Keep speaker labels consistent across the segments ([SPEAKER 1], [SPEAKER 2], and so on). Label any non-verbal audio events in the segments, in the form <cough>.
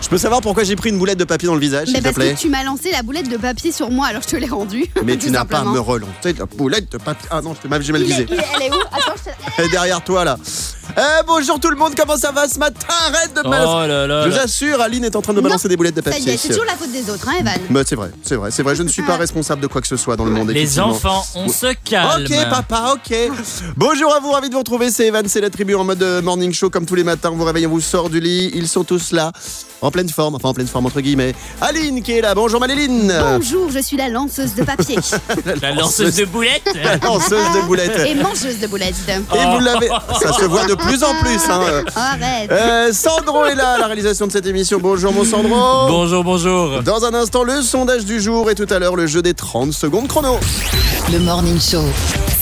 [SPEAKER 1] Je peux savoir pourquoi j'ai pris une boulette de papier dans le visage,
[SPEAKER 2] Mais
[SPEAKER 1] s'il te
[SPEAKER 2] parce
[SPEAKER 1] plaît
[SPEAKER 2] que tu m'as lancé la boulette de papier sur moi, alors je te l'ai <laughs> rendue.
[SPEAKER 1] Mais
[SPEAKER 2] tout
[SPEAKER 1] tu n'as pas à
[SPEAKER 2] simplement.
[SPEAKER 1] me relancer la boulette de papier. Ah non, je t'ai mal, j'ai mal
[SPEAKER 2] Il est-
[SPEAKER 1] visé.
[SPEAKER 2] il est- elle est où Attends, je te...
[SPEAKER 1] Elle est derrière toi, là. Eh, bonjour tout le monde, comment ça va ce matin Arrête de
[SPEAKER 3] Oh
[SPEAKER 1] balancer.
[SPEAKER 3] là là.
[SPEAKER 1] Je vous
[SPEAKER 3] là.
[SPEAKER 1] assure, Aline est en train de
[SPEAKER 2] Non,
[SPEAKER 1] balancer des boulettes de
[SPEAKER 2] Ça y
[SPEAKER 1] papier.
[SPEAKER 2] est, c'est Ah. toujours la faute des autres, hein, Evan
[SPEAKER 1] Mais c'est vrai, c'est vrai, c'est vrai. Je ne suis pas responsable de quoi que ce soit dans le monde.
[SPEAKER 3] Les
[SPEAKER 1] effectivement.
[SPEAKER 3] enfants, on se calme.
[SPEAKER 1] Ok papa, ok. Bonjour à vous, ravi de vous retrouver, c'est Evan, c'est la tribu en mode euh, morning show comme tous les matins, on vous réveille, on vous sort du lit, ils sont tous là, en pleine forme, enfin en pleine forme entre guillemets. Aline qui est là, bonjour Manéline
[SPEAKER 2] Bonjour, je suis la lanceuse de
[SPEAKER 1] <laughs>
[SPEAKER 2] papier
[SPEAKER 3] La lanceuse de boulettes
[SPEAKER 1] La lanceuse de boulettes.
[SPEAKER 2] et mangeuse de boulettes.
[SPEAKER 1] Et vous l'avez. Ça se voit de plus en plus. Hein.
[SPEAKER 2] Arrête.
[SPEAKER 1] Euh, Sandro est là à la réalisation de cette émission. Bonjour mon Sandro.
[SPEAKER 3] Bonjour, bonjour.
[SPEAKER 1] Dans un instant, le sondage du jour et tout à l'heure, le jeu des 30 secondes chrono.
[SPEAKER 4] Le Morning Show,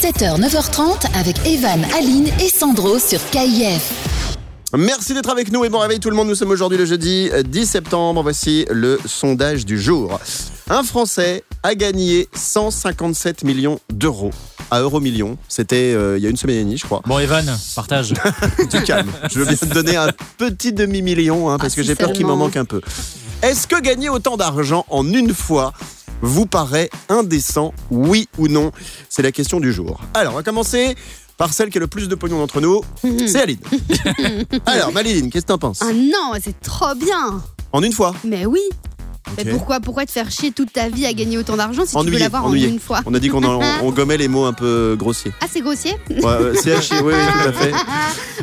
[SPEAKER 4] 7h, 9h30 avec Evan, Aline et Sandro sur KIF.
[SPEAKER 1] Merci d'être avec nous et bon réveil tout le monde. Nous sommes aujourd'hui le jeudi 10 septembre. Voici le sondage du jour. Un Français a gagné 157 millions d'euros à Euromillion. C'était euh, il y a une semaine et demie, je crois.
[SPEAKER 3] Bon, Evan, partage.
[SPEAKER 1] du calme. Je veux bien te donner un petit demi-million hein, parce
[SPEAKER 2] Ah,
[SPEAKER 1] que
[SPEAKER 2] si
[SPEAKER 1] j'ai peur qu'il m'en
[SPEAKER 2] seulement.
[SPEAKER 1] manque un peu. Est-ce que gagner autant d'argent en une fois vous paraît indécent, oui ou non C'est la question du jour. Alors, on va commencer par celle qui a le plus de pognon d'entre nous,
[SPEAKER 2] Mhm.
[SPEAKER 1] c'est
[SPEAKER 2] <laughs>
[SPEAKER 1] Aline. Alors, Maline, qu'est-ce que t'en penses
[SPEAKER 2] Ah non, c'est trop bien.
[SPEAKER 1] En une fois
[SPEAKER 2] Mais oui.
[SPEAKER 1] Ok.
[SPEAKER 2] Mais pourquoi, pourquoi te faire chier toute ta vie à gagner autant d'argent si tu
[SPEAKER 1] Ennuyé,
[SPEAKER 2] peux l'avoir en
[SPEAKER 1] ennuyé.
[SPEAKER 2] une fois
[SPEAKER 1] On a dit qu'on en-
[SPEAKER 2] <laughs>
[SPEAKER 1] on gommait les mots un peu grossiers.
[SPEAKER 2] Ah, c'est grossier
[SPEAKER 1] Ouais, ouais,
[SPEAKER 2] <laughs>
[SPEAKER 1] c'est haché, oui, oui, tout à fait.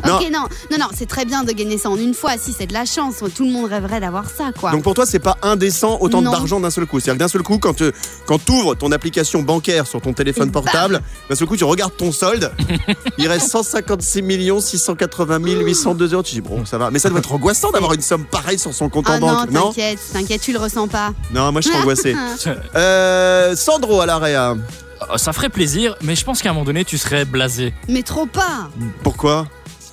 [SPEAKER 1] Non.
[SPEAKER 2] Ok, non, non, non, c'est très bien de gagner ça en une fois. Si c'est de la chance, tout le monde rêverait d'avoir ça, quoi.
[SPEAKER 1] Donc pour toi, c'est pas indécent autant
[SPEAKER 2] Non.
[SPEAKER 1] d'argent d'un seul coup. C'est-à-dire que d'un seul coup, quand tu quand ouvres ton application bancaire sur ton téléphone
[SPEAKER 2] Et bam
[SPEAKER 1] portable, d'un seul coup, tu regardes ton solde, il
[SPEAKER 2] <laughs>
[SPEAKER 1] reste 156 680 802 euros. Tu dis, bon, ça va. Mais ça doit être angoissant d'avoir une somme pareille sur son compte
[SPEAKER 2] ah
[SPEAKER 1] en banque,
[SPEAKER 2] non,
[SPEAKER 1] non
[SPEAKER 2] t'inquiète, t'inquiète, tu le ressens pas.
[SPEAKER 1] Non, moi je suis
[SPEAKER 2] <laughs>
[SPEAKER 1] angoissé. Euh, Sandro à l'AREA.
[SPEAKER 3] Oh, Ça ferait plaisir, mais je pense qu'à un moment donné, tu serais blasé.
[SPEAKER 2] Mais trop pas
[SPEAKER 1] Pourquoi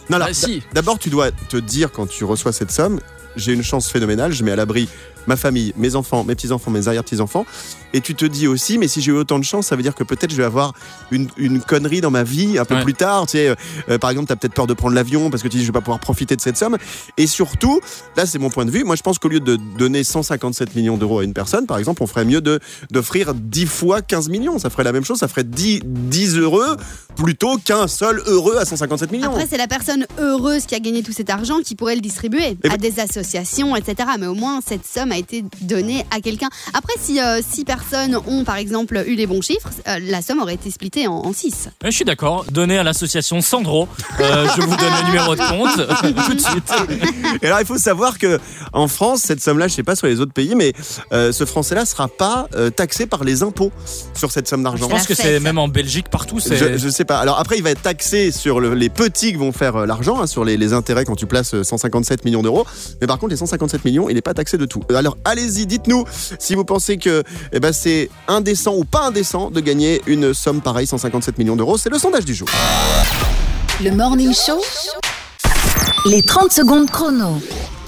[SPEAKER 1] Non, alors,
[SPEAKER 3] Ah, si.
[SPEAKER 1] d'abord, tu dois te dire quand tu reçois cette somme, j'ai une chance phénoménale, je mets à l'abri ma famille, mes enfants, mes petits-enfants, mes arrière-petits-enfants. Et tu te dis aussi, mais si j'ai eu autant de chance, ça veut dire que peut-être je vais avoir une, une connerie dans ma vie un peu
[SPEAKER 3] Ouais.
[SPEAKER 1] plus tard. Tu sais, euh, euh, par exemple, tu as peut-être peur de prendre l'avion parce que tu dis, je vais pas pouvoir profiter de cette somme. Et surtout, là, c'est mon point de vue, moi, je pense qu'au lieu de donner 157 millions d'euros à une personne, par exemple, on ferait mieux de d'offrir 10 fois 15 millions. Ça ferait la même chose, ça ferait 10, 10 heureux plutôt qu'un seul heureux à 157 millions.
[SPEAKER 2] Après, c'est la personne heureuse qui a gagné tout cet argent qui pourrait le distribuer
[SPEAKER 1] Et
[SPEAKER 2] à des associations, etc. Mais au moins, cette somme a été donnée à quelqu'un. Après, si euh, six personnes ont, par exemple, eu les bons chiffres, euh, la somme aurait été splittée en, en six.
[SPEAKER 3] Mais Euh, Je suis d'accord. Donnez à l'association Sandro. Euh, je vous donne le numéro
[SPEAKER 1] <laughs>
[SPEAKER 3] de compte tout de suite.
[SPEAKER 1] Et alors, il faut savoir que en France, cette somme-là, je sais pas sur les autres pays, mais euh, ce français-là sera pas euh, taxé par les impôts sur cette somme
[SPEAKER 3] Je
[SPEAKER 1] d'argent.
[SPEAKER 2] C'est
[SPEAKER 3] pense
[SPEAKER 2] la
[SPEAKER 3] que
[SPEAKER 2] fête,
[SPEAKER 3] c'est
[SPEAKER 2] ça.
[SPEAKER 3] même en Belgique partout.
[SPEAKER 1] Je,
[SPEAKER 3] Ah, C'est
[SPEAKER 1] je sais pas. Alors après, il va être taxé sur le- les petits qui vont faire euh, l'argent, hein, sur les, les intérêts quand tu places euh, 157 millions d'euros. Mais par contre, les 157 millions, il n'est pas taxé de tout. Euh, Alors allez-y, dites-nous si vous pensez que eh ben, c'est indécent ou pas indécent de gagner une somme pareille, 157 millions d'euros. C'est le sondage du jour.
[SPEAKER 4] Le Morning Show, les 30 secondes chrono.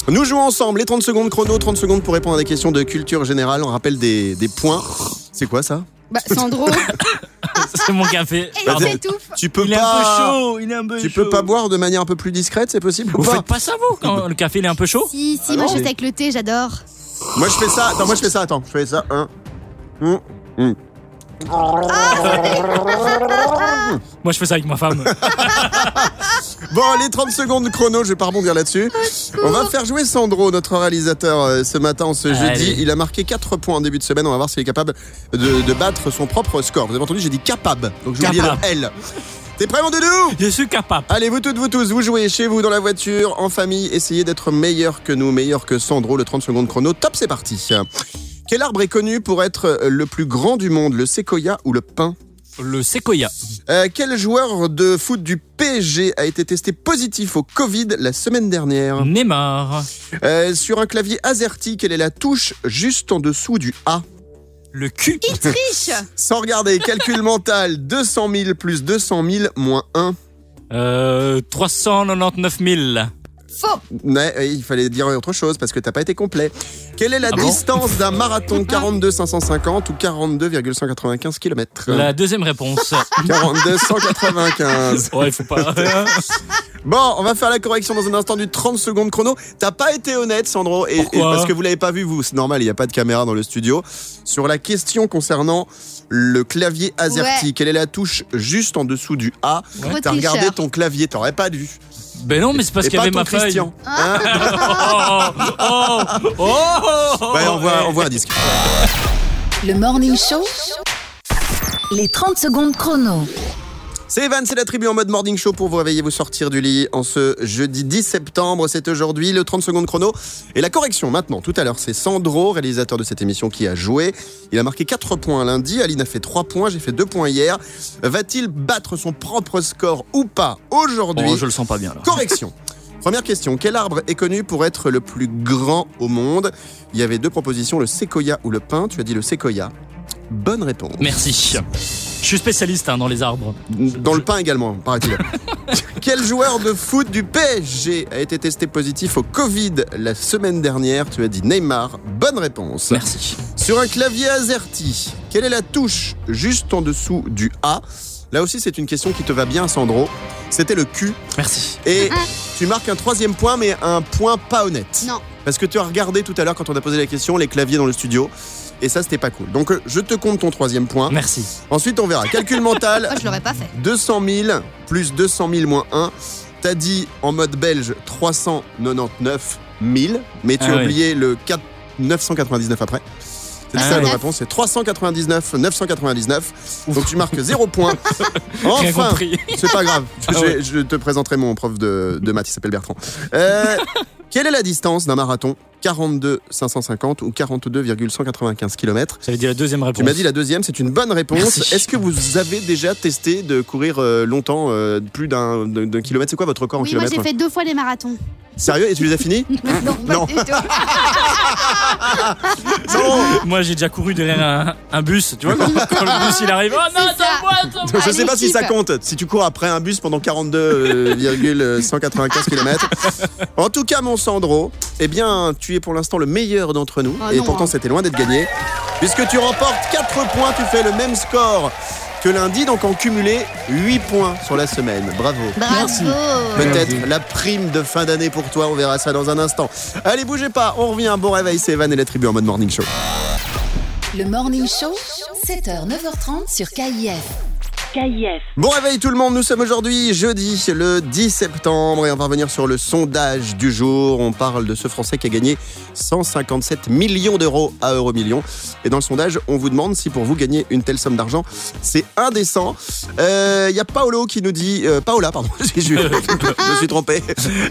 [SPEAKER 1] Nous jouons ensemble les 30 secondes chrono, 30 secondes pour répondre à des questions de culture générale. On rappelle des, des points. C'est quoi ça <laughs>
[SPEAKER 2] Bah, Sandro, et
[SPEAKER 3] <laughs> c'est mon café.
[SPEAKER 2] il
[SPEAKER 3] Pardon.
[SPEAKER 2] s'étouffe.
[SPEAKER 1] Tu peux
[SPEAKER 3] Il est un peu
[SPEAKER 1] pas.
[SPEAKER 3] chaud. Il est un peu
[SPEAKER 1] Tu
[SPEAKER 3] chaud.
[SPEAKER 1] peux pas boire de manière un peu plus discrète, c'est possible ou
[SPEAKER 3] Vous
[SPEAKER 1] pas
[SPEAKER 3] faites pas ça, vous, quand le café il est un peu chaud
[SPEAKER 2] Si,
[SPEAKER 1] Ah
[SPEAKER 2] si, moi
[SPEAKER 1] non,
[SPEAKER 2] je
[SPEAKER 1] mais-
[SPEAKER 2] sais avec le thé, j'adore.
[SPEAKER 1] Moi je fais ça. Attends, moi je fais ça. Attends, je fais ça. Un. Hum, hum.
[SPEAKER 3] Moi, je fais ça avec
[SPEAKER 1] <laughs>
[SPEAKER 3] ma femme.
[SPEAKER 1] Bon, les 30 secondes chrono, je vais pas rebondir là-dessus. On va faire jouer Sandro, notre réalisateur, euh, ce matin, en ce
[SPEAKER 3] Allez.
[SPEAKER 1] jeudi. Il a marqué 4 points en début de semaine. On va voir s'il est capable de, de battre son propre score. Vous avez entendu, j'ai dit capable. Donc j'ai oublié le
[SPEAKER 3] Capable.
[SPEAKER 1] L. T'es prêt, mon doudou
[SPEAKER 3] Je suis capable.
[SPEAKER 1] Allez, vous toutes, vous tous, vous jouez chez vous, dans la voiture, en famille, essayez d'être meilleur que nous, meilleur que Sandro, le 30 secondes chrono. Top, c'est parti. Quel arbre est connu pour être euh, le plus grand du monde, le séquoia ou le pin
[SPEAKER 3] Le séquoia.
[SPEAKER 1] Euh, Quel joueur de foot du PSG a été testé positif au Covid la semaine dernière
[SPEAKER 3] Neymar.
[SPEAKER 1] Euh, Sur un clavier AZERTY, quelle est la touche juste en dessous du A
[SPEAKER 3] Le cul.
[SPEAKER 2] Il triche
[SPEAKER 1] <laughs> Sans regarder, calcul mental, 200 000 plus 200 000 moins 1.
[SPEAKER 3] Euh, 399 000.
[SPEAKER 2] Faux
[SPEAKER 1] Mais euh, il fallait dire autre chose parce que t'as pas été complet. Quelle est la
[SPEAKER 3] Ah bon
[SPEAKER 1] distance d'un marathon 42 550 ou 42,195 km
[SPEAKER 3] La deuxième
[SPEAKER 1] <laughs>
[SPEAKER 3] réponse.
[SPEAKER 1] 42
[SPEAKER 3] <laughs>
[SPEAKER 1] 195.
[SPEAKER 3] Ouais, il faut pas. hein.
[SPEAKER 1] Bon, on va faire la correction dans un instant du 30 secondes chrono. T'as pas été honnête, Sandro, et, et
[SPEAKER 3] Pourquoi
[SPEAKER 1] parce que vous l'avez pas vu vous, c'est normal, il n'y a pas de caméra dans le studio. Sur la question concernant le clavier AZERTY, quelle est la touche juste en dessous du A
[SPEAKER 2] Gros
[SPEAKER 1] T'as
[SPEAKER 2] tricheur.
[SPEAKER 1] regardé ton clavier, t'aurais pas dû.
[SPEAKER 3] ben non, mais c'est parce
[SPEAKER 1] et
[SPEAKER 3] qu'il y
[SPEAKER 1] pas
[SPEAKER 3] avait
[SPEAKER 1] ton
[SPEAKER 3] ma feuille.
[SPEAKER 1] Christian. Hein
[SPEAKER 3] <laughs> Oh, oh, oh, oh.
[SPEAKER 1] ouais, Ben, on voit, on voit un disque.
[SPEAKER 4] Le Morning Show, les 30 secondes chrono.
[SPEAKER 1] C'est Evan, c'est la tribu en mode morning show pour vous réveiller, vous sortir du lit en ce jeudi 10 septembre. C'est aujourd'hui le 30 secondes chrono. Et la correction maintenant, tout à l'heure, c'est Sandro, réalisateur de cette émission, qui a joué. Il a marqué 4 points lundi, Aline a fait 3 points, j'ai fait 2 points hier. Va-t-il battre son propre score ou pas aujourd'hui
[SPEAKER 3] Oh, je le sens pas bien là.
[SPEAKER 1] Correction. Première question, quel arbre est connu pour être le plus grand au monde Il y avait deux propositions, le séquoia ou le pin. Tu as dit le séquoia. Bonne réponse.
[SPEAKER 3] Merci. Je suis spécialiste hein, dans les arbres.
[SPEAKER 1] Dans le pain également, paraît-il. Quel joueur de foot du PSG a été testé positif au Covid la semaine dernière Tu as dit Neymar. Bonne réponse.
[SPEAKER 3] Merci.
[SPEAKER 1] Sur un clavier AZERTY, quelle est la touche juste en dessous du A Là aussi, c'est une question qui te va bien, Sandro. C'était le Q.
[SPEAKER 3] Merci.
[SPEAKER 1] Et tu marques un troisième point, mais un point pas honnête.
[SPEAKER 2] Non.
[SPEAKER 1] Parce que tu as regardé tout à l'heure, quand on a posé la question, les claviers dans le studio. Et ça, c'était pas cool. Donc, euh, je te compte ton troisième point.
[SPEAKER 3] Merci.
[SPEAKER 1] Ensuite, on verra. Calcul
[SPEAKER 2] <laughs>
[SPEAKER 1] mental.
[SPEAKER 2] Moi, je l'aurais pas fait.
[SPEAKER 1] 200 000 plus 200 000 moins 1. T'as dit en mode belge 399 000, mais tu
[SPEAKER 3] Ah
[SPEAKER 1] as
[SPEAKER 3] ouais.
[SPEAKER 1] oublié le 4 999 après. C'est
[SPEAKER 3] Ah
[SPEAKER 1] ça la
[SPEAKER 2] ouais.
[SPEAKER 1] réponse, c'est 399 999. Donc tu marques 0
[SPEAKER 3] <laughs>
[SPEAKER 1] point.
[SPEAKER 3] J'ai
[SPEAKER 1] Enfin,
[SPEAKER 3] compris.
[SPEAKER 1] c'est pas grave.
[SPEAKER 3] Ah
[SPEAKER 1] je,
[SPEAKER 3] ouais.
[SPEAKER 1] je te présenterai mon prof de, de maths, il s'appelle Bertrand. Euh, <laughs> quelle est la distance d'un marathon 42 550 ou 42,195 km
[SPEAKER 3] J'avais dit la deuxième réponse.
[SPEAKER 1] tu m'as dit la deuxième, c'est une bonne réponse.
[SPEAKER 3] Merci.
[SPEAKER 1] Est-ce que vous avez déjà testé de courir euh, longtemps, euh, plus d'un d'un- d'un kilomètre C'est quoi votre record en
[SPEAKER 2] Oui, moi
[SPEAKER 1] kilomètres
[SPEAKER 2] j'ai fait deux fois les marathons.
[SPEAKER 1] Sérieux Et tu les as finis
[SPEAKER 2] <laughs> non, pas
[SPEAKER 1] Hein Non.
[SPEAKER 2] du tout.
[SPEAKER 3] Ah <laughs> Moi, j'ai déjà couru derrière un, un bus. Tu vois, quand, quand le bus il arrive. Oh non,
[SPEAKER 2] C'est ça.
[SPEAKER 1] Je sais pas si ça
[SPEAKER 2] l'équipe.
[SPEAKER 1] compte, si tu cours après un bus pendant euh, 42,195
[SPEAKER 2] <laughs>
[SPEAKER 1] km. En tout cas, mon Sandro, eh bien, tu es pour l'instant le meilleur d'entre nous.
[SPEAKER 2] Ah
[SPEAKER 1] et
[SPEAKER 2] non,
[SPEAKER 1] pourtant,
[SPEAKER 2] hein.
[SPEAKER 1] c'était loin d'être gagné. Puisque tu remportes 4 points, tu fais le même score que lundi, donc en cumulé 8 points sur la semaine. Bravo.
[SPEAKER 3] Merci.
[SPEAKER 2] Bravo.
[SPEAKER 1] Peut-être la prime de fin d'année pour toi, on verra ça dans un instant. Allez, bougez pas, on revient. Bon réveil, c'est Evan et la tribu en mode morning show.
[SPEAKER 4] Le Morning Show, 7h, 9h30 sur KIF.
[SPEAKER 1] Bon réveil tout le monde, nous sommes aujourd'hui jeudi le 10 septembre et on va revenir sur le sondage du jour. On parle de ce Français qui a gagné 157 millions d'euros à Euromillions. Et dans le sondage, on vous demande si pour vous gagner une telle somme d'argent, c'est indécent. Euh, Il y a Paolo qui nous dit... euh, Paola, pardon, <laughs> je, je me suis trompé.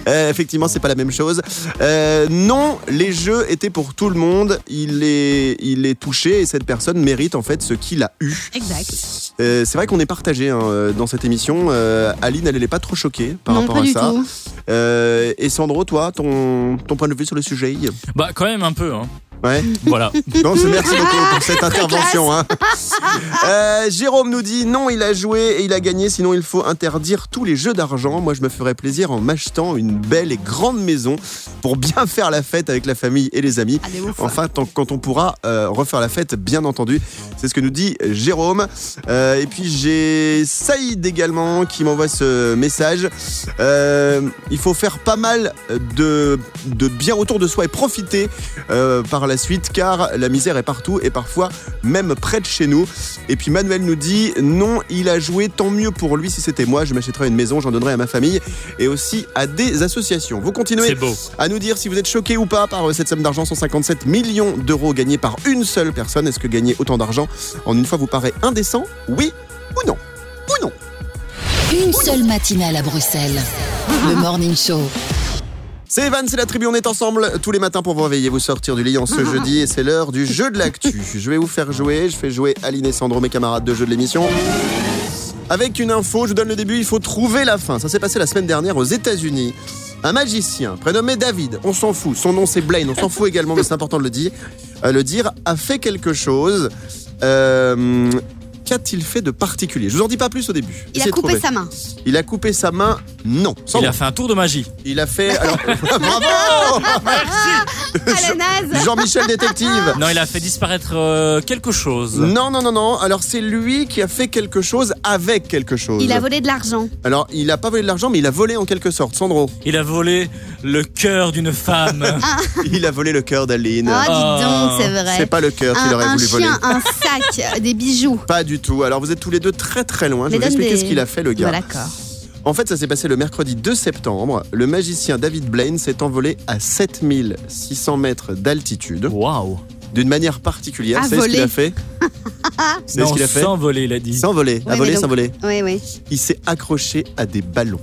[SPEAKER 1] Euh, effectivement, c'est pas la même chose. Euh, non, les jeux étaient pour tout le monde. Il est, il est touché et cette personne mérite en fait ce qu'il a eu.
[SPEAKER 2] Exact.
[SPEAKER 1] Euh, c'est vrai qu'on est partagé hein, euh, dans cette émission. Euh, Aline, elle n'est pas trop choquée par
[SPEAKER 2] non,
[SPEAKER 1] rapport
[SPEAKER 2] pas
[SPEAKER 1] à
[SPEAKER 2] du
[SPEAKER 1] ça.
[SPEAKER 2] tout.
[SPEAKER 1] Euh, et Sandro, toi, ton, ton point de vue sur le sujet
[SPEAKER 3] Bah, quand même un peu. Hein.
[SPEAKER 2] <laughs>
[SPEAKER 1] Ouais. <laughs>
[SPEAKER 3] Voilà.
[SPEAKER 1] Non, c'est merci beaucoup pour cette intervention. hein. Euh, Jérôme nous dit non, il a joué et il a gagné, sinon il faut interdire tous les jeux d'argent. Moi, je me ferais plaisir en m'achetant une belle et grande maison pour bien faire la fête avec la famille et les amis.
[SPEAKER 2] Ah, des ouf.
[SPEAKER 1] Enfin, tant- quand on pourra euh, refaire la fête, bien entendu. C'est ce que nous dit Jérôme. Euh, et puis j'ai Saïd également qui m'envoie ce message. Euh, il faut faire pas mal de, de bien autour de soi et profiter euh, par la suite car la misère est partout et parfois même près de chez nous. Et puis Manuel nous dit non, il a joué, tant mieux pour lui si c'était moi. Je m'achèterais une maison, j'en donnerais à ma famille et aussi à des associations. Vous continuez
[SPEAKER 3] C'est beau.
[SPEAKER 1] à nous dire si vous êtes choqué ou pas par euh, cette somme d'argent, 157 millions d'euros gagnés par une seule personne. Est-ce que gagner autant d'argent en une fois vous paraît indécent Oui ou non Ou non
[SPEAKER 4] Une seule matinale à Bruxelles. Le Morning Show.
[SPEAKER 1] C'est Evan, c'est la tribu, on est ensemble tous les matins pour vous réveiller, vous sortir du lit en ce jeudi et c'est l'heure du jeu de l'actu. Je vais vous faire jouer, je fais jouer Aline et Sandro, mes camarades de jeu de l'émission. Avec une info, je vous donne le début, il faut trouver la fin. Ça s'est passé la semaine dernière aux États-Unis. Un magicien, prénommé David, on s'en fout, son nom c'est Blaine, on s'en fout également, mais c'est important de le dire, euh, le dire a fait quelque chose euh, Qu'a-t-il fait de particulier Je vous en dis pas plus au début.
[SPEAKER 2] Il a
[SPEAKER 1] Essayez de
[SPEAKER 2] coupé
[SPEAKER 1] trouver. <laughs>
[SPEAKER 2] sa main.
[SPEAKER 1] Il a coupé sa main Non. Sans
[SPEAKER 3] Il
[SPEAKER 1] doute.
[SPEAKER 3] a fait un tour de magie.
[SPEAKER 1] Il a fait. alors, <laughs> bravo
[SPEAKER 2] À Ah, la naze
[SPEAKER 1] Jean-Michel
[SPEAKER 3] <laughs>
[SPEAKER 1] Détective
[SPEAKER 3] Non, il a fait disparaître euh, quelque chose.
[SPEAKER 1] Non, non, non, non. Alors, c'est lui qui a fait quelque chose avec quelque chose.
[SPEAKER 2] Il a volé de l'argent.
[SPEAKER 1] Alors, il a pas volé de l'argent, mais il a volé en quelque sorte,
[SPEAKER 2] <laughs>
[SPEAKER 1] Sandro.
[SPEAKER 3] Il a volé le cœur
[SPEAKER 1] <laughs>
[SPEAKER 3] d'une femme.
[SPEAKER 1] Il a volé le cœur d'Aline.
[SPEAKER 2] Ah, dis
[SPEAKER 3] Ah.
[SPEAKER 2] donc, c'est vrai.
[SPEAKER 1] c'est pas le cœur qu'il
[SPEAKER 2] un,
[SPEAKER 1] aurait
[SPEAKER 2] un
[SPEAKER 1] voulu voler.
[SPEAKER 2] chien, un sac, euh, des bijoux.
[SPEAKER 1] Pas du tout. Alors, vous êtes tous les deux très très loin. Je vais
[SPEAKER 2] Mais
[SPEAKER 1] vous
[SPEAKER 2] donne
[SPEAKER 1] expliquer
[SPEAKER 2] des-
[SPEAKER 1] ce qu'il a fait, le gars.
[SPEAKER 2] Voilà, D'accord.
[SPEAKER 1] En fait, ça s'est passé le mercredi 2 septembre. Le magicien David Blaine s'est envolé à 7600 mètres d'altitude.
[SPEAKER 3] Waouh.
[SPEAKER 1] D'une manière particulière.
[SPEAKER 2] À
[SPEAKER 1] Vous savez ce qu'il a
[SPEAKER 2] voler.
[SPEAKER 1] fait
[SPEAKER 2] <laughs>
[SPEAKER 1] Vous savez ce
[SPEAKER 3] Non,
[SPEAKER 1] qu'il a fait
[SPEAKER 3] sans voler, il a dit.
[SPEAKER 1] S'envoler.
[SPEAKER 2] Ouais,
[SPEAKER 1] à voler,
[SPEAKER 2] mais donc-
[SPEAKER 1] s'envoler.
[SPEAKER 2] Oui, oui.
[SPEAKER 1] Il s'est accroché à des ballons.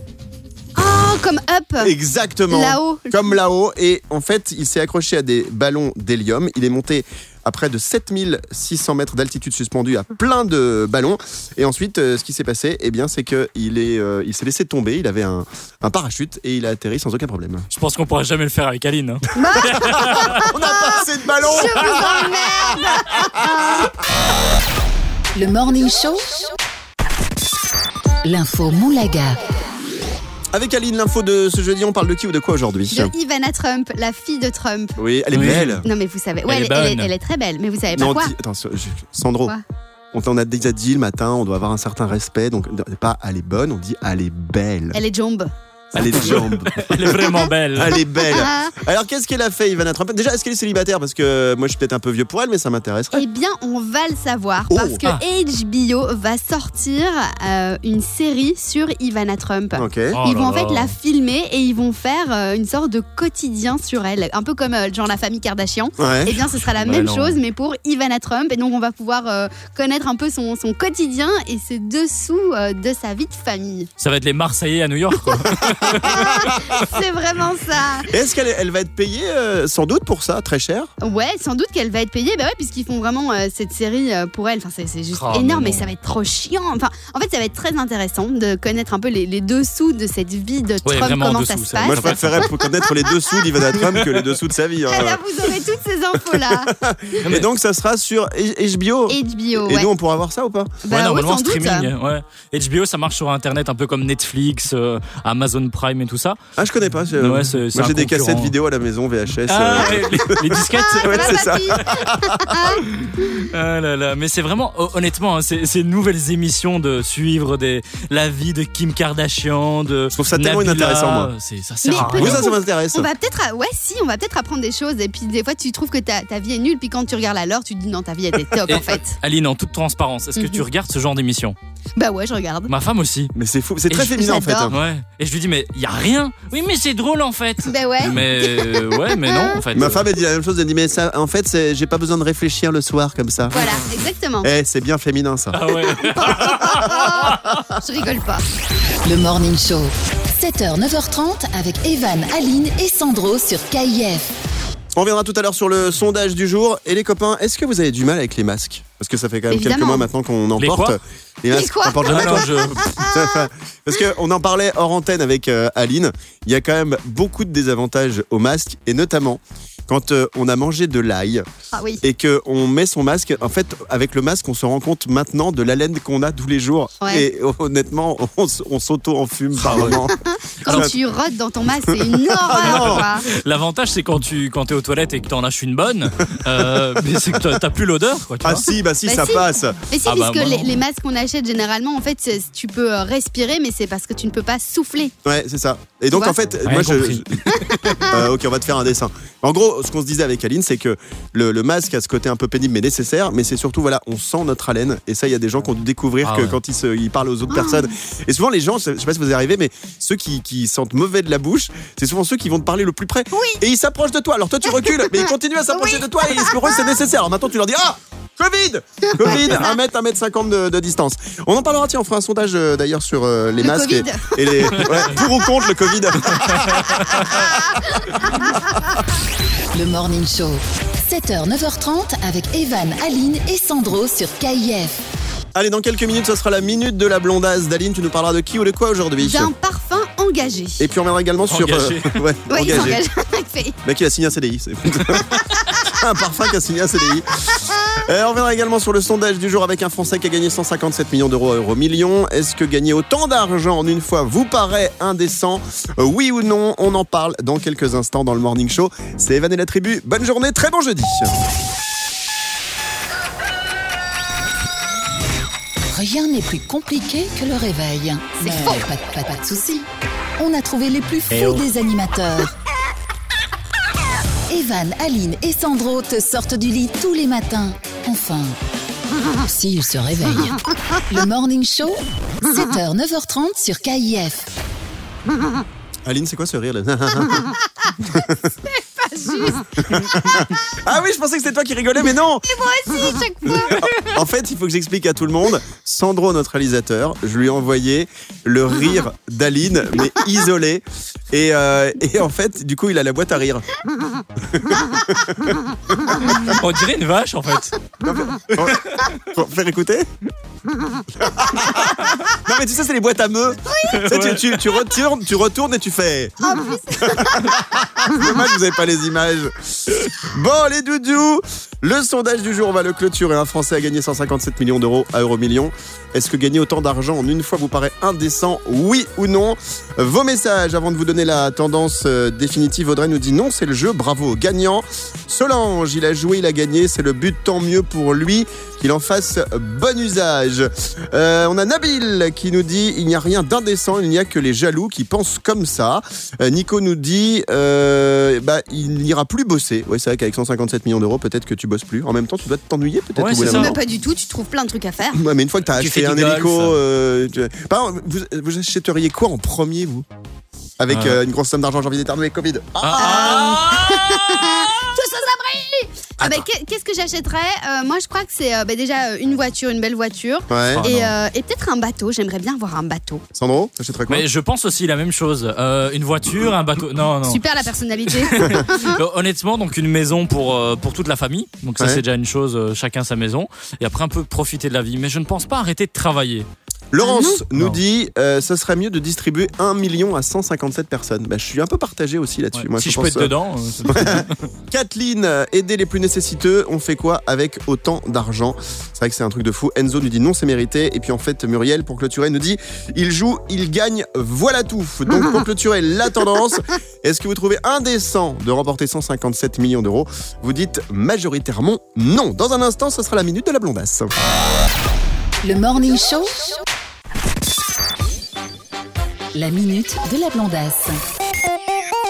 [SPEAKER 2] Oh, comme Up
[SPEAKER 1] Exactement. <laughs>
[SPEAKER 2] Là-haut.
[SPEAKER 1] Comme là-haut. Et en fait, il s'est accroché à des ballons d'hélium. Il est monté à près de 7600 mètres d'altitude suspendu à plein de ballons. Et ensuite, euh, ce qui s'est passé, eh bien, c'est qu'il il est, euh, il s'est laissé tomber. Il avait un, un parachute et il a atterri sans aucun problème.
[SPEAKER 3] Je pense qu'on pourra jamais le faire avec
[SPEAKER 1] <laughs>
[SPEAKER 3] Aline. hein.
[SPEAKER 2] Ah.
[SPEAKER 1] On n'a pas assez de ballons
[SPEAKER 4] Le Morning Show. L'info Moulaga.
[SPEAKER 1] Avec Aline, l'info de ce jeudi, on parle de qui ou de quoi aujourd'hui
[SPEAKER 2] de Ivana Trump, la fille de Trump.
[SPEAKER 1] Oui, elle est
[SPEAKER 3] Oui.
[SPEAKER 1] belle.
[SPEAKER 2] Non, mais vous savez. Ouais,
[SPEAKER 3] Elle est
[SPEAKER 2] elle, est,
[SPEAKER 3] bonne.
[SPEAKER 2] elle est très belle, mais vous savez pas
[SPEAKER 1] Non,
[SPEAKER 2] quoi
[SPEAKER 1] dis- attends, je- Sandro,
[SPEAKER 2] Quoi
[SPEAKER 1] on t'en a déjà dit le matin, on doit avoir un certain respect, donc on dit pas elle est bonne, on dit elle est belle.
[SPEAKER 2] Elle est jombe.
[SPEAKER 1] Elle est jambe.
[SPEAKER 3] Elle est vraiment belle.
[SPEAKER 1] Elle est belle.
[SPEAKER 2] <laughs> Ah.
[SPEAKER 1] Alors qu'est-ce qu'elle a fait, Ivana Trump Déjà, est-ce qu'elle est célibataire Parce que euh, moi, je suis peut-être un peu vieux pour elle, mais ça m'intéresse.
[SPEAKER 2] Eh bien, on va le savoir
[SPEAKER 1] Oh.
[SPEAKER 2] parce que
[SPEAKER 3] Ah.
[SPEAKER 2] HBO va sortir euh, une série sur Ivana Trump.
[SPEAKER 1] Ok.
[SPEAKER 3] Oh
[SPEAKER 2] ils
[SPEAKER 3] là
[SPEAKER 2] vont en fait
[SPEAKER 3] là.
[SPEAKER 2] la filmer et ils vont faire euh, une sorte de quotidien sur elle, un peu comme euh, genre la famille Kardashian. Eh
[SPEAKER 1] Ouais.
[SPEAKER 2] bien, ce sera la
[SPEAKER 3] Bah
[SPEAKER 2] même
[SPEAKER 3] non.
[SPEAKER 2] chose, mais pour Ivana Trump. Et donc, on va pouvoir euh, connaître un peu son, son quotidien et ses dessous euh, de sa vie de famille.
[SPEAKER 3] <laughs>
[SPEAKER 2] <laughs>
[SPEAKER 3] Ça va être les Marseillais à New York.
[SPEAKER 2] Bah
[SPEAKER 3] Quoi.
[SPEAKER 2] C'est vraiment ça.
[SPEAKER 1] Est-ce qu'elle elle va être payée euh, sans doute pour ça, très cher
[SPEAKER 2] Ouais, sans doute qu'elle va être payée. Bah ouais, puisqu'ils font vraiment euh, cette série euh, pour elle. Enfin, c'est c'est juste
[SPEAKER 3] Oh, mais
[SPEAKER 2] énorme
[SPEAKER 3] non.
[SPEAKER 2] et ça va être trop chiant. Enfin, en fait, ça va être très intéressant de connaître un peu les, les dessous de cette vie de Trump,
[SPEAKER 3] vraiment
[SPEAKER 2] comment
[SPEAKER 3] en
[SPEAKER 2] Bah, ça
[SPEAKER 3] dessous,
[SPEAKER 2] se
[SPEAKER 3] ça.
[SPEAKER 2] passe.
[SPEAKER 1] Moi, je préférerais pour connaître les dessous d'Ivana Trump que les dessous de sa vie. hein.
[SPEAKER 2] Ah, là, vous aurez toutes ces
[SPEAKER 3] <laughs>
[SPEAKER 2] infos-là. <laughs>
[SPEAKER 1] Et donc, ça sera sur H- HBO.
[SPEAKER 2] HBO,
[SPEAKER 1] Et
[SPEAKER 2] ouais.
[SPEAKER 1] nous, on pourra voir ça ou pas
[SPEAKER 2] Bah
[SPEAKER 3] ouais,
[SPEAKER 2] oui,
[SPEAKER 3] normalement, en
[SPEAKER 2] sans doute.
[SPEAKER 3] streaming. Ouais. HBO, ça marche sur Internet, un peu comme Netflix, euh, Amazon Prime et tout ça.
[SPEAKER 1] Ah, je connais pas. je-
[SPEAKER 3] Ouais, c'est- c'est
[SPEAKER 1] Moi,
[SPEAKER 3] un
[SPEAKER 1] j'ai des
[SPEAKER 3] concurrent.
[SPEAKER 1] cassettes vidéo à la maison, VHS.
[SPEAKER 3] Ah,
[SPEAKER 1] euh,
[SPEAKER 3] les, les- les disquettes
[SPEAKER 1] Ouais,
[SPEAKER 2] Voilà,
[SPEAKER 1] c'est ça.
[SPEAKER 2] papy.
[SPEAKER 3] Ah là là, mais c'est vraiment, ho- honnêtement, hein, ces, ces nouvelles émissions de suivre des, la vie de Kim Kardashian, de.
[SPEAKER 1] Je trouve ça tellement
[SPEAKER 3] Nabila,
[SPEAKER 1] inintéressant, moi.
[SPEAKER 3] c'est- Ça sert
[SPEAKER 2] Mais
[SPEAKER 3] à
[SPEAKER 2] peut-
[SPEAKER 3] rien.
[SPEAKER 1] Oui, ça, ça m'intéresse.
[SPEAKER 2] On va peut-être, ouais, si, on va peut-être apprendre des choses. Et puis des fois, tu trouves que ta, ta vie est nulle. Puis quand tu regardes la leur, tu te dis non, ta vie elle était top
[SPEAKER 3] Et-
[SPEAKER 2] en fait.
[SPEAKER 3] Aline, en toute transparence, est-ce que tu
[SPEAKER 2] Mhm.
[SPEAKER 3] regardes ce genre d'émission
[SPEAKER 2] Bah ouais, je regarde.
[SPEAKER 3] Ma femme aussi.
[SPEAKER 1] Mais c'est fou. C'est
[SPEAKER 3] Et
[SPEAKER 1] très
[SPEAKER 3] je-
[SPEAKER 1] féminin, en fait.
[SPEAKER 2] j'adore.
[SPEAKER 1] hein.
[SPEAKER 3] Ouais. Et je lui dis, mais il y a rien. Oui, mais c'est drôle en fait.
[SPEAKER 2] Bah ouais.
[SPEAKER 3] Mais euh, ouais, mais non, en fait.
[SPEAKER 1] Ma femme, elle dit la même chose. Elle dit, mais ça, en fait, c'est- j'ai pas besoin de réfléchir le soir comme ça.
[SPEAKER 2] Voilà, exactement.
[SPEAKER 1] Eh, c'est bien féminin, ça.
[SPEAKER 3] Ah
[SPEAKER 1] <laughs>
[SPEAKER 3] ouais.
[SPEAKER 2] Je rigole pas.
[SPEAKER 4] Le Morning Show. 7h, 9h30 avec Evan, Aline et Sandro sur KIF.
[SPEAKER 1] On reviendra tout à l'heure sur le sondage du jour. Et les copains, est-ce que vous avez du mal avec les masques Parce que ça fait quand même quelques
[SPEAKER 2] Évidemment.
[SPEAKER 1] mois maintenant qu'on en
[SPEAKER 3] Les
[SPEAKER 1] porte.
[SPEAKER 3] quoi
[SPEAKER 1] les
[SPEAKER 2] Les
[SPEAKER 1] masques,
[SPEAKER 2] quoi
[SPEAKER 1] t'en portes jamais,
[SPEAKER 3] Ah non,
[SPEAKER 1] toi
[SPEAKER 3] je-
[SPEAKER 1] <laughs> Parce qu'on en parlait hors antenne avec euh, Aline. Il y a quand même beaucoup de désavantages aux masques. Et notamment, quand euh, on a mangé de l'ail
[SPEAKER 2] Ah oui.
[SPEAKER 1] et qu'on met son masque, en fait, avec le masque, on se rend compte maintenant de l'haleine qu'on a tous les jours.
[SPEAKER 2] Ouais.
[SPEAKER 1] Et honnêtement, on, s- on s'auto-enfume par moment.
[SPEAKER 2] Quand
[SPEAKER 1] Ça-
[SPEAKER 2] tu rotes dans ton masque, c'est
[SPEAKER 3] <laughs>
[SPEAKER 2] une
[SPEAKER 3] Ah
[SPEAKER 2] horreur. quoi.
[SPEAKER 3] L'avantage, c'est quand tu quand es aux toilettes et que t'en lâches une bonne, euh, mais c'est que t'as- t'as plus l'odeur, quoi. Tu
[SPEAKER 1] Ah
[SPEAKER 3] vois
[SPEAKER 1] si, bah si,
[SPEAKER 2] Bah
[SPEAKER 1] ça
[SPEAKER 2] si.
[SPEAKER 1] passe.
[SPEAKER 2] Mais si,
[SPEAKER 3] Ah bah,
[SPEAKER 2] puisque
[SPEAKER 3] moi,
[SPEAKER 2] les,
[SPEAKER 3] non.
[SPEAKER 2] les masques qu'on achète généralement, en fait, c'est- tu peux euh, respirer, mais c'est parce que tu ne peux pas souffler.
[SPEAKER 1] Ouais, c'est ça. Et donc
[SPEAKER 2] vois
[SPEAKER 1] en fait,
[SPEAKER 3] Rien
[SPEAKER 1] moi je.
[SPEAKER 3] compris.
[SPEAKER 1] je- <laughs> Euh, ok, on va te faire un dessin. En gros, ce qu'on se disait avec Aline, c'est que le, le masque a ce côté un peu pénible mais nécessaire, mais c'est surtout, voilà, on sent notre haleine. Et ça, il y a des gens qui ont dû découvrir
[SPEAKER 3] Ah
[SPEAKER 1] que
[SPEAKER 3] ouais.
[SPEAKER 1] quand ils, se, ils parlent aux autres personnes. Et souvent, les gens, je sais pas si vous y arrivez, mais ceux qui, qui sentent mauvais de la bouche, c'est souvent ceux qui vont te parler le plus près. Et ils s'approchent de toi. Alors toi, tu recules, mais ils continuent à s'approcher de toi. Et pour eux, c'est nécessaire. Alors maintenant, tu leur dis Ah Covid Covid 1 mètre, 1 mètre 50 de, de distance. On en parlera, tiens, on fera un sondage euh, d'ailleurs sur euh, les
[SPEAKER 2] Le
[SPEAKER 1] masques. et-
[SPEAKER 2] Covid.
[SPEAKER 1] et les... ouais, pour ou contre le Covid
[SPEAKER 4] Le Morning Show. 7h, 9h30 avec Evan, Aline et Sandro sur KIF.
[SPEAKER 1] Allez, dans quelques minutes, ce sera la minute de la blondasse. Daline, tu nous parleras de qui ou de quoi aujourd'hui
[SPEAKER 2] D'un parfum engagé.
[SPEAKER 1] Et puis on reviendra également sur. euh,
[SPEAKER 3] Engagé.
[SPEAKER 1] <laughs> ouais,
[SPEAKER 2] Ouais, <laughs> il
[SPEAKER 1] engagé. Bah,
[SPEAKER 2] s'engage. Il fait-
[SPEAKER 1] <laughs> Le mec, il a signé un CDI. c'est- un parfum qui a signé un CDI. Euh, on reviendra également sur le sondage du jour avec un Français qui a gagné 157 millions d'euros à Euro Million. Est-ce que gagner autant d'argent en une fois vous paraît indécent Euh, Oui ou non On en parle dans quelques instants dans le Morning Show. C'est Evan et la tribu. Bonne journée, très bon jeudi.
[SPEAKER 4] Rien n'est plus compliqué que le réveil.
[SPEAKER 2] C'est
[SPEAKER 4] Mais
[SPEAKER 2] faux.
[SPEAKER 4] Pas, de- pas- pas de soucis. On a trouvé les plus fous
[SPEAKER 3] Eh oh.
[SPEAKER 4] des animateurs. <laughs> Evan, Aline et Sandro te sortent du lit tous les matins. Enfin, s'ils se réveillent. Le Morning Show, 7h, 9h30 sur KIF.
[SPEAKER 1] Aline, c'est quoi ce rire là <laughs> Ah oui, je pensais que c'était toi qui rigolais, mais non
[SPEAKER 2] Vas-y, oh, chaque fois.
[SPEAKER 1] En fait, il faut que j'explique à tout le monde. Sandro, notre réalisateur, je lui ai envoyé le rire d'Aline, mais isolé. Et, euh, et en fait, du coup, il a la boîte à rire.
[SPEAKER 3] On dirait une vache en fait.
[SPEAKER 1] Faut faire écouter Non, mais tu sais, c'est les boîtes à meux. Tu, sais, tu- tu- tu retournes, tu retournes et tu fais.
[SPEAKER 2] En plus,
[SPEAKER 1] <laughs> Dommage, vous n'avez pas les images. Bon, les doudous, le sondage du jour, on va le clôturer. Un Français a gagné 157 millions d'euros à Euromillion. Est-ce que gagner autant d'argent en une fois vous paraît indécent Oui ou non Vos messages avant de vous donner la tendance euh, définitive. Audrey nous dit non, c'est le jeu. Bravo, gagnant. Solange, il a joué, il a gagné. C'est le but, tant mieux pour lui. Qu'il en fasse bon usage. Euh, on a Nabil qui nous dit il n'y a rien d'indécent, il n'y a que les jaloux qui pensent comme ça. Euh, Nico nous dit euh, bah, il n'ira plus bosser. Ouais, c'est vrai qu'avec 157 millions d'euros, peut-être que tu bosses plus. En même temps, tu dois t'ennuyer peut-être.
[SPEAKER 3] Ouais,
[SPEAKER 1] au bout
[SPEAKER 3] c'est
[SPEAKER 1] d'un
[SPEAKER 3] ça.
[SPEAKER 1] moment.
[SPEAKER 2] mais pas du tout, tu trouves plein de trucs à faire.
[SPEAKER 1] Ouais, mais une fois que t'as
[SPEAKER 3] Tu
[SPEAKER 1] acheté
[SPEAKER 3] fais
[SPEAKER 1] un
[SPEAKER 3] du golf.
[SPEAKER 1] hélico, euh, tu- Par contre, vous, vous achèteriez quoi en premier, vous Avec
[SPEAKER 3] Ah.
[SPEAKER 1] euh, une grosse somme d'argent, j'ai envie d'éternuer Covid. Ah,
[SPEAKER 2] Tous aux abris Ah ben, qu'est- Qu'est-ce que j'achèterais Euh, Moi, je crois que c'est euh, ben, déjà euh, une voiture, une belle voiture.
[SPEAKER 1] Ouais.
[SPEAKER 3] Ah,
[SPEAKER 2] et
[SPEAKER 3] non.
[SPEAKER 2] euh, et peut-être un bateau, j'aimerais bien avoir un bateau.
[SPEAKER 1] Sandro, t'achèterais quoi
[SPEAKER 3] Mais je pense aussi la même chose. Euh, une voiture, un bateau. Non, non.
[SPEAKER 2] Super la
[SPEAKER 3] <laughs>
[SPEAKER 2] personnalité.
[SPEAKER 3] Euh, Honnêtement, donc une maison pour, euh, pour toute la famille. Donc ça,
[SPEAKER 1] Ouais.
[SPEAKER 3] c'est déjà une chose, euh, chacun sa maison. Et après, un peu profiter de la vie. Mais je ne pense pas arrêter de travailler.
[SPEAKER 1] Laurence nous
[SPEAKER 3] Non.
[SPEAKER 1] dit euh, ça serait mieux de distribuer 1 million à 157 personnes. Bah, je suis un peu partagé aussi là-dessus.
[SPEAKER 3] Ouais.
[SPEAKER 1] moi,
[SPEAKER 3] si je,
[SPEAKER 1] pense,
[SPEAKER 3] peux être
[SPEAKER 1] euh, <laughs>
[SPEAKER 3] dedans. euh, c'est-
[SPEAKER 1] Kathleen, euh, aider les plus nécessiteux, on fait quoi avec autant d'argent C'est vrai que c'est un truc de fou. Enzo nous dit non, c'est mérité. Et puis en fait, Muriel, pour clôturer, nous dit il joue, il gagne, voilà tout. Donc pour clôturer la tendance, est-ce que vous trouvez indécent de remporter 157 millions d'euros Vous dites majoritairement non. Dans un instant, ce sera la minute de la blondasse.
[SPEAKER 4] Le Morning Show, la minute de la blondasse.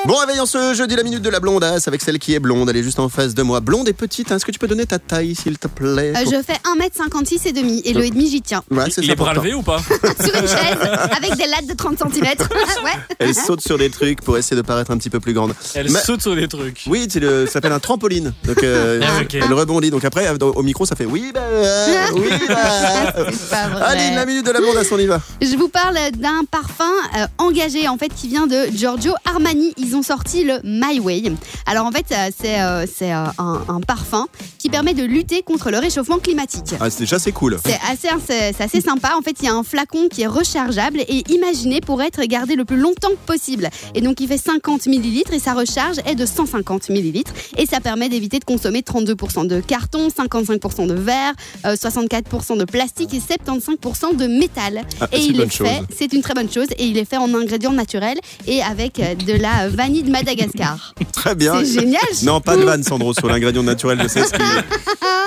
[SPEAKER 1] Bon, réveillons ce jeudi la minute de la blondasse avec celle qui est blonde. Elle est juste en face de moi. Blonde et petite, hein. est-ce que tu peux donner ta taille, s'il te plaît
[SPEAKER 3] Ah,
[SPEAKER 2] Euh, je fais 1m56 et demi, et le et demi, j'y tiens.
[SPEAKER 1] Ouais, c'est
[SPEAKER 3] Les bras
[SPEAKER 1] important.
[SPEAKER 3] levés ou pas
[SPEAKER 2] <laughs> Sur une chaise, avec des lattes de 30 cm.
[SPEAKER 3] <laughs>
[SPEAKER 2] ouais.
[SPEAKER 1] Elle saute sur des trucs pour essayer de paraître un petit peu plus grande.
[SPEAKER 3] Elle
[SPEAKER 1] Ma-
[SPEAKER 3] saute sur des trucs.
[SPEAKER 1] Oui, c'est le- ça s'appelle un trampoline. Donc, euh,
[SPEAKER 3] Ah, ok.
[SPEAKER 1] elle rebondit. Donc après, euh, dans- au micro, ça fait oui, bah, euh, oui,
[SPEAKER 3] Ah.
[SPEAKER 1] bah.
[SPEAKER 2] <laughs> Ah, C'est pas vrai.
[SPEAKER 1] Aline, la minute de la blondasse, on y va.
[SPEAKER 2] Je vous parle d'un parfum euh, engagé en fait qui vient de Giorgio Armani. Ils ont sorti le My Way. Alors en fait euh, c'est euh, c'est, euh, un, un parfum qui permet de lutter contre le réchauffement climatique.
[SPEAKER 1] Ah, c'est- déjà, c'est cool.
[SPEAKER 2] C'est assez, hein, c'est c'est assez sympa. En fait, il y a un flacon qui est rechargeable et imaginé pour être gardé le plus longtemps possible. Et donc, il fait 50 millilitres et sa recharge est de 150 millilitres. Et ça permet d'éviter de consommer 32% de carton, 55% de verre, euh, 64% de plastique et 75% de métal.
[SPEAKER 1] Ah,
[SPEAKER 2] et
[SPEAKER 1] c'est une
[SPEAKER 2] il
[SPEAKER 1] bonne
[SPEAKER 2] est
[SPEAKER 1] chose.
[SPEAKER 2] fait, c'est une très bonne chose, et il est fait en ingrédients naturels et avec euh, de la euh, vanille de Madagascar.
[SPEAKER 1] Très bien.
[SPEAKER 2] C'est génial.
[SPEAKER 1] <laughs>
[SPEAKER 2] je
[SPEAKER 1] Non, pas de
[SPEAKER 2] trouve.
[SPEAKER 1] vanne, Sandro, sur l'ingrédient naturel de cette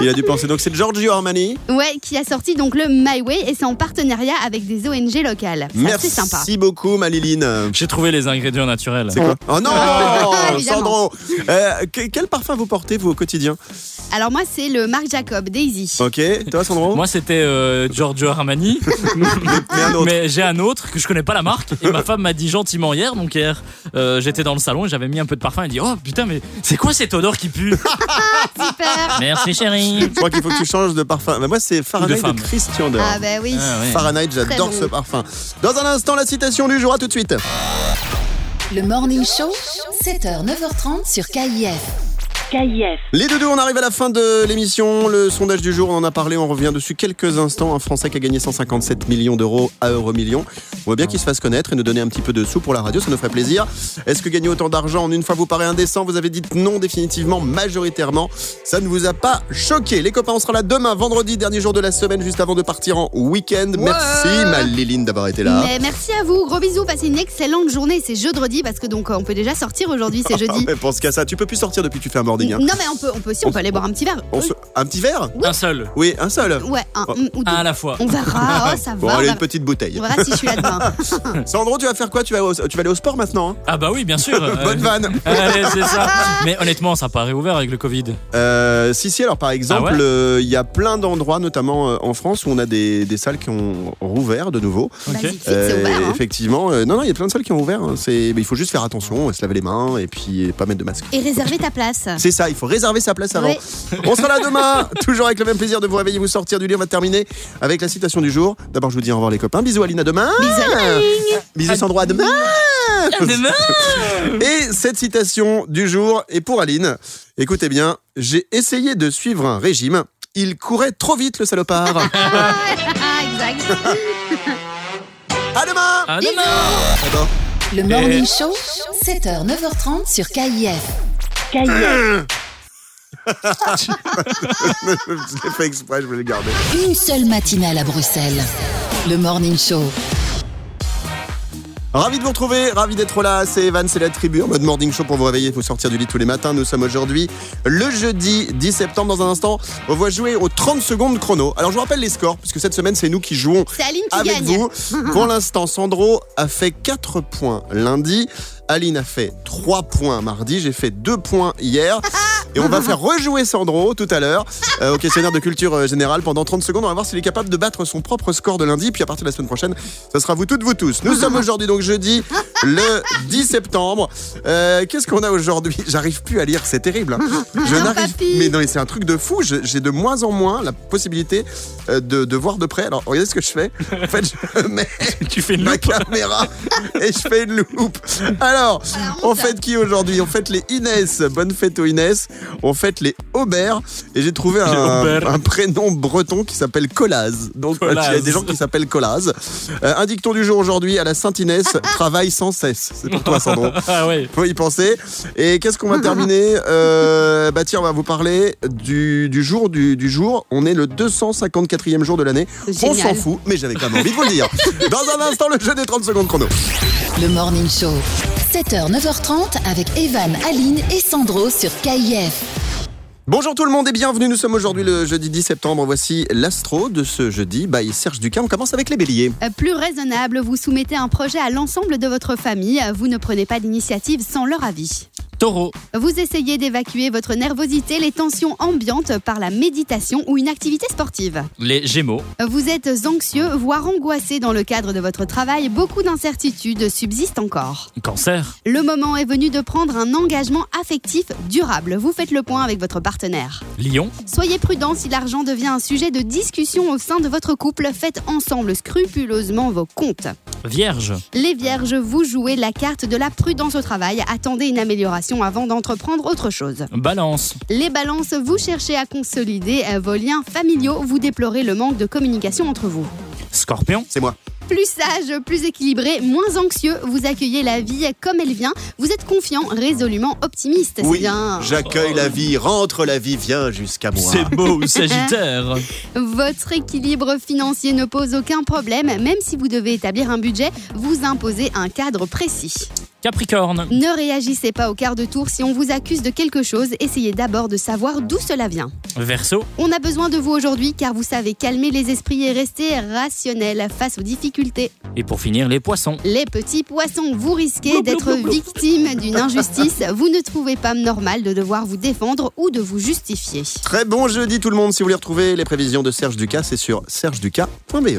[SPEAKER 1] Il a dû penser. Donc, c'est Giorgio Armani.
[SPEAKER 2] Ouais, qui a sorti donc le My Way et c'est en partenariat avec des ONG locales. C'est assez
[SPEAKER 1] Merci
[SPEAKER 2] sympa.
[SPEAKER 1] beaucoup, Maliline.
[SPEAKER 3] J'ai trouvé les ingrédients naturels.
[SPEAKER 1] C'est quoi Oh non,
[SPEAKER 2] Ah, évidemment.
[SPEAKER 1] Sandro Euh, que- Quel parfum vous portez, vous, au quotidien
[SPEAKER 2] Alors moi c'est le Marc Jacob Daisy.
[SPEAKER 1] Ok, toi, Sandro
[SPEAKER 3] Moi, c'était euh,
[SPEAKER 1] <laughs>
[SPEAKER 3] Giorgio Armani.
[SPEAKER 1] Mais un autre.
[SPEAKER 3] Mais j'ai un autre que je connais pas la marque et ma femme m'a dit gentiment hier donc hier euh, j'étais dans le salon et j'avais mis un peu de parfum elle dit oh putain mais c'est quoi cette odeur qui pue
[SPEAKER 1] Ah.
[SPEAKER 2] Super.
[SPEAKER 3] merci chérie
[SPEAKER 1] Je crois qu'il faut que tu changes de parfum. Bah, moi, c'est Fahrenheit de,
[SPEAKER 3] femme.
[SPEAKER 1] Christian Dior.
[SPEAKER 2] Ah bah oui.
[SPEAKER 3] Ah, ouais.
[SPEAKER 1] Fahrenheit, j'adore
[SPEAKER 2] bon.
[SPEAKER 1] ce parfum. Dans un instant, la citation du jour, à tout de suite.
[SPEAKER 4] Le Morning Show, 7h, 9h30 sur KIF.
[SPEAKER 5] KIF.
[SPEAKER 1] Les deux deux, on arrive à la fin de l'émission. Le sondage du jour, on en a parlé, on revient dessus quelques instants. Un Français qui a gagné 157 millions d'euros à Euromillion. On voit bien qu'il se fasse connaître et nous donner un petit peu de sous pour la radio, ça nous ferait plaisir. Est-ce que gagner autant d'argent en une fois vous paraît indécent Vous avez dit non définitivement, majoritairement. Ça ne vous a pas choqué. Les copains, on sera là demain, vendredi, dernier jour de la semaine, juste avant de partir en week-end. Merci, ma Liline, d'avoir été là.
[SPEAKER 2] Mais merci à vous, gros bisous, passez une excellente journée. C'est jeudi parce que donc euh, on peut déjà sortir aujourd'hui, c'est jeudi.
[SPEAKER 1] Ah, Mais pense qu'à ça, tu peux plus sortir depuis que tu fais un boarding. hein.
[SPEAKER 2] Non mais on peut, on peut si, on peut aller boire un petit verre.
[SPEAKER 1] On se- Un petit verre
[SPEAKER 3] Un seul.
[SPEAKER 1] Oui, un seul.
[SPEAKER 2] Ouais, un, un ou deux.
[SPEAKER 3] Un à la fois.
[SPEAKER 2] On verra, oh, ça
[SPEAKER 1] Ah, Bon,
[SPEAKER 2] va.
[SPEAKER 1] allez,
[SPEAKER 2] on
[SPEAKER 1] une
[SPEAKER 2] verra-
[SPEAKER 1] petite bouteille.
[SPEAKER 2] on verra si je suis là demain.
[SPEAKER 1] <laughs> Sandro, tu vas faire quoi tu vas, au- tu vas aller au sport maintenant hein
[SPEAKER 3] Ah bah oui, bien sûr. Euh,
[SPEAKER 1] <laughs> Bonne vanne
[SPEAKER 3] Ouais, c'est ça. Mais honnêtement, ça n'a pas réouvert avec le Covid.
[SPEAKER 1] Euh, si, si, alors par exemple,
[SPEAKER 3] Ah ouais
[SPEAKER 1] euh, il y a plein d'endroits, notamment euh, en France, où on a des, des salles qui ont rouvert de nouveau.
[SPEAKER 3] Ok.
[SPEAKER 2] Vas-y, fixe,
[SPEAKER 1] Euh,
[SPEAKER 2] c'est ouvert. hein.
[SPEAKER 1] Effectivement, euh, non, non, il y a plein de salles qui ont ouvert. hein. C'est, mais il faut juste faire attention, se laver les mains et puis pas mettre de masque.
[SPEAKER 2] Et réservez
[SPEAKER 1] <laughs>
[SPEAKER 2] ta place.
[SPEAKER 1] C'est ça, il faut réserver sa place avant.
[SPEAKER 2] Ouais.
[SPEAKER 1] On sera là
[SPEAKER 2] <laughs>
[SPEAKER 1] demain, toujours avec le même plaisir de vous réveiller, vous sortir du lit. On va terminer avec la citation du jour. D'abord, je vous dis au revoir les copains. Bisous Aline, à demain. Bisous, Bisous Sandro, à demain. Et cette citation du jour est pour Aline. Écoutez bien, j'ai essayé de suivre un régime. Il courait trop vite, le salopard.
[SPEAKER 2] Ah, exact.
[SPEAKER 1] à demain
[SPEAKER 3] <laughs> Ah non, non.
[SPEAKER 1] Attends.
[SPEAKER 4] Le Morning Show, 7h, 9h30 sur KIF.
[SPEAKER 5] KIF.
[SPEAKER 1] Je l'ai fait exprès, je voulais le garder.
[SPEAKER 4] Une seule matinale à Bruxelles. Le Morning Show.
[SPEAKER 1] Ravi de vous retrouver, ravi d'être là, c'est Evan, c'est la tribu, en mode morning show pour vous réveiller, il faut sortir du lit tous les matins, nous sommes aujourd'hui le jeudi 10 septembre, dans un instant, on va jouer aux 30 secondes chrono. Alors je vous rappelle les scores, puisque cette semaine c'est nous qui jouons
[SPEAKER 2] C'est Aline qui
[SPEAKER 1] avec
[SPEAKER 2] gagne.
[SPEAKER 1] vous. Pour l'instant, Sandro a fait 4 points lundi, Aline a fait 3 points mardi, j'ai fait 2 points hier. Et on va faire rejouer Sandro tout à l'heure euh, au questionnaire de culture euh, générale pendant 30 secondes. On va voir s'il est capable de battre son propre score de lundi. Puis à partir de la semaine prochaine, ça sera vous toutes, vous tous. Nous sommes aujourd'hui donc jeudi le 10 septembre. Euh, Qu'est-ce qu'on a aujourd'hui J'arrive plus à lire, c'est terrible. hein. Je
[SPEAKER 2] Un
[SPEAKER 1] n'arrive
[SPEAKER 2] papy.
[SPEAKER 1] Mais non, mais c'est un truc de fou. Je- J'ai de moins en moins la possibilité euh, de, de voir de près. Alors regardez ce que je fais. En fait, je <laughs> mets
[SPEAKER 3] Tu fais une
[SPEAKER 1] ma
[SPEAKER 3] loupe.
[SPEAKER 1] caméra et je fais une loupe. Alors, on fête qui aujourd'hui On fête les Inès. Bonne fête aux Inès. On fête les Aubert. Et j'ai trouvé un,
[SPEAKER 3] Aubert.
[SPEAKER 1] un prénom breton qui s'appelle Colaz. Donc, euh,
[SPEAKER 3] Colaz.
[SPEAKER 1] il y a des gens qui s'appellent Colaz. Euh, un dicton du jour aujourd'hui à la Sainte-Inès travaille sans cesse. C'est pour toi, Sandro.
[SPEAKER 3] <laughs> Ah ouais.
[SPEAKER 1] Faut y penser. Et qu'est-ce qu'on va terminer Euh, Bah tiens, on va vous parler du, du jour du, du jour. On est le 254e jour de l'année. On
[SPEAKER 2] Génial.
[SPEAKER 1] s'en fout, mais j'avais quand même envie de vous le
[SPEAKER 2] <laughs>
[SPEAKER 1] dire. Dans un instant, le jeu des 30 secondes chrono.
[SPEAKER 4] Le Morning Show, 7h, 9h30 avec Evan, Aline et Sandro sur KIF.
[SPEAKER 1] Bonjour tout le monde et bienvenue. Nous sommes aujourd'hui le jeudi 10 septembre. Voici l'astro de ce jeudi. Bah, Serge Ducas, on commence avec les béliers.
[SPEAKER 2] Euh, Plus raisonnable, vous soumettez un projet à l'ensemble de votre famille. Vous ne prenez pas d'initiative sans leur avis.
[SPEAKER 3] Taureau.
[SPEAKER 2] Vous essayez d'évacuer votre nervosité, les tensions ambiantes par la méditation ou une activité sportive.
[SPEAKER 3] Les Gémeaux.
[SPEAKER 2] Vous êtes anxieux, voire angoissé dans le cadre de votre travail. Beaucoup d'incertitudes subsistent encore.
[SPEAKER 3] Cancer.
[SPEAKER 2] Le moment est venu de prendre un engagement affectif durable. Vous faites le point avec votre partenaire.
[SPEAKER 3] Lion.
[SPEAKER 2] Soyez prudent si l'argent devient un sujet de discussion au sein de votre couple. Faites ensemble scrupuleusement vos comptes.
[SPEAKER 3] Vierge.
[SPEAKER 2] Les vierges, vous jouez la carte de la prudence au travail. Attendez une amélioration avant d'entreprendre autre chose.
[SPEAKER 3] Balance.
[SPEAKER 2] Les balances, vous cherchez à consolider euh, vos liens familiaux. Vous déplorez le manque de communication entre vous.
[SPEAKER 3] Scorpion.
[SPEAKER 1] C'est moi.
[SPEAKER 2] Plus sage, plus équilibré, moins anxieux, vous accueillez la vie comme elle vient. Vous êtes confiant, résolument optimiste. C'est bien.
[SPEAKER 1] j'accueille la vie, rentre la vie, viens jusqu'à moi.
[SPEAKER 3] C'est beau, Sagittaire.
[SPEAKER 2] Votre équilibre financier ne pose aucun problème. Même si vous devez établir un budget, vous imposez un cadre précis.
[SPEAKER 3] Capricorne.
[SPEAKER 2] Ne réagissez pas au quart de tour si on vous accuse de quelque chose. Essayez d'abord de savoir d'où cela vient.
[SPEAKER 3] Verseau.
[SPEAKER 2] On a besoin de vous aujourd'hui car vous savez calmer les esprits et rester rationnel face aux difficultés.
[SPEAKER 3] Et pour finir, les poissons.
[SPEAKER 2] Les petits poissons, vous risquez d'être victime d'une injustice. Vous ne trouvez pas normal de devoir vous défendre ou de vous justifier.
[SPEAKER 1] Très bon jeudi tout le monde. Si vous voulez retrouver les prévisions de Serge Ducas, c'est sur sergeducas.be.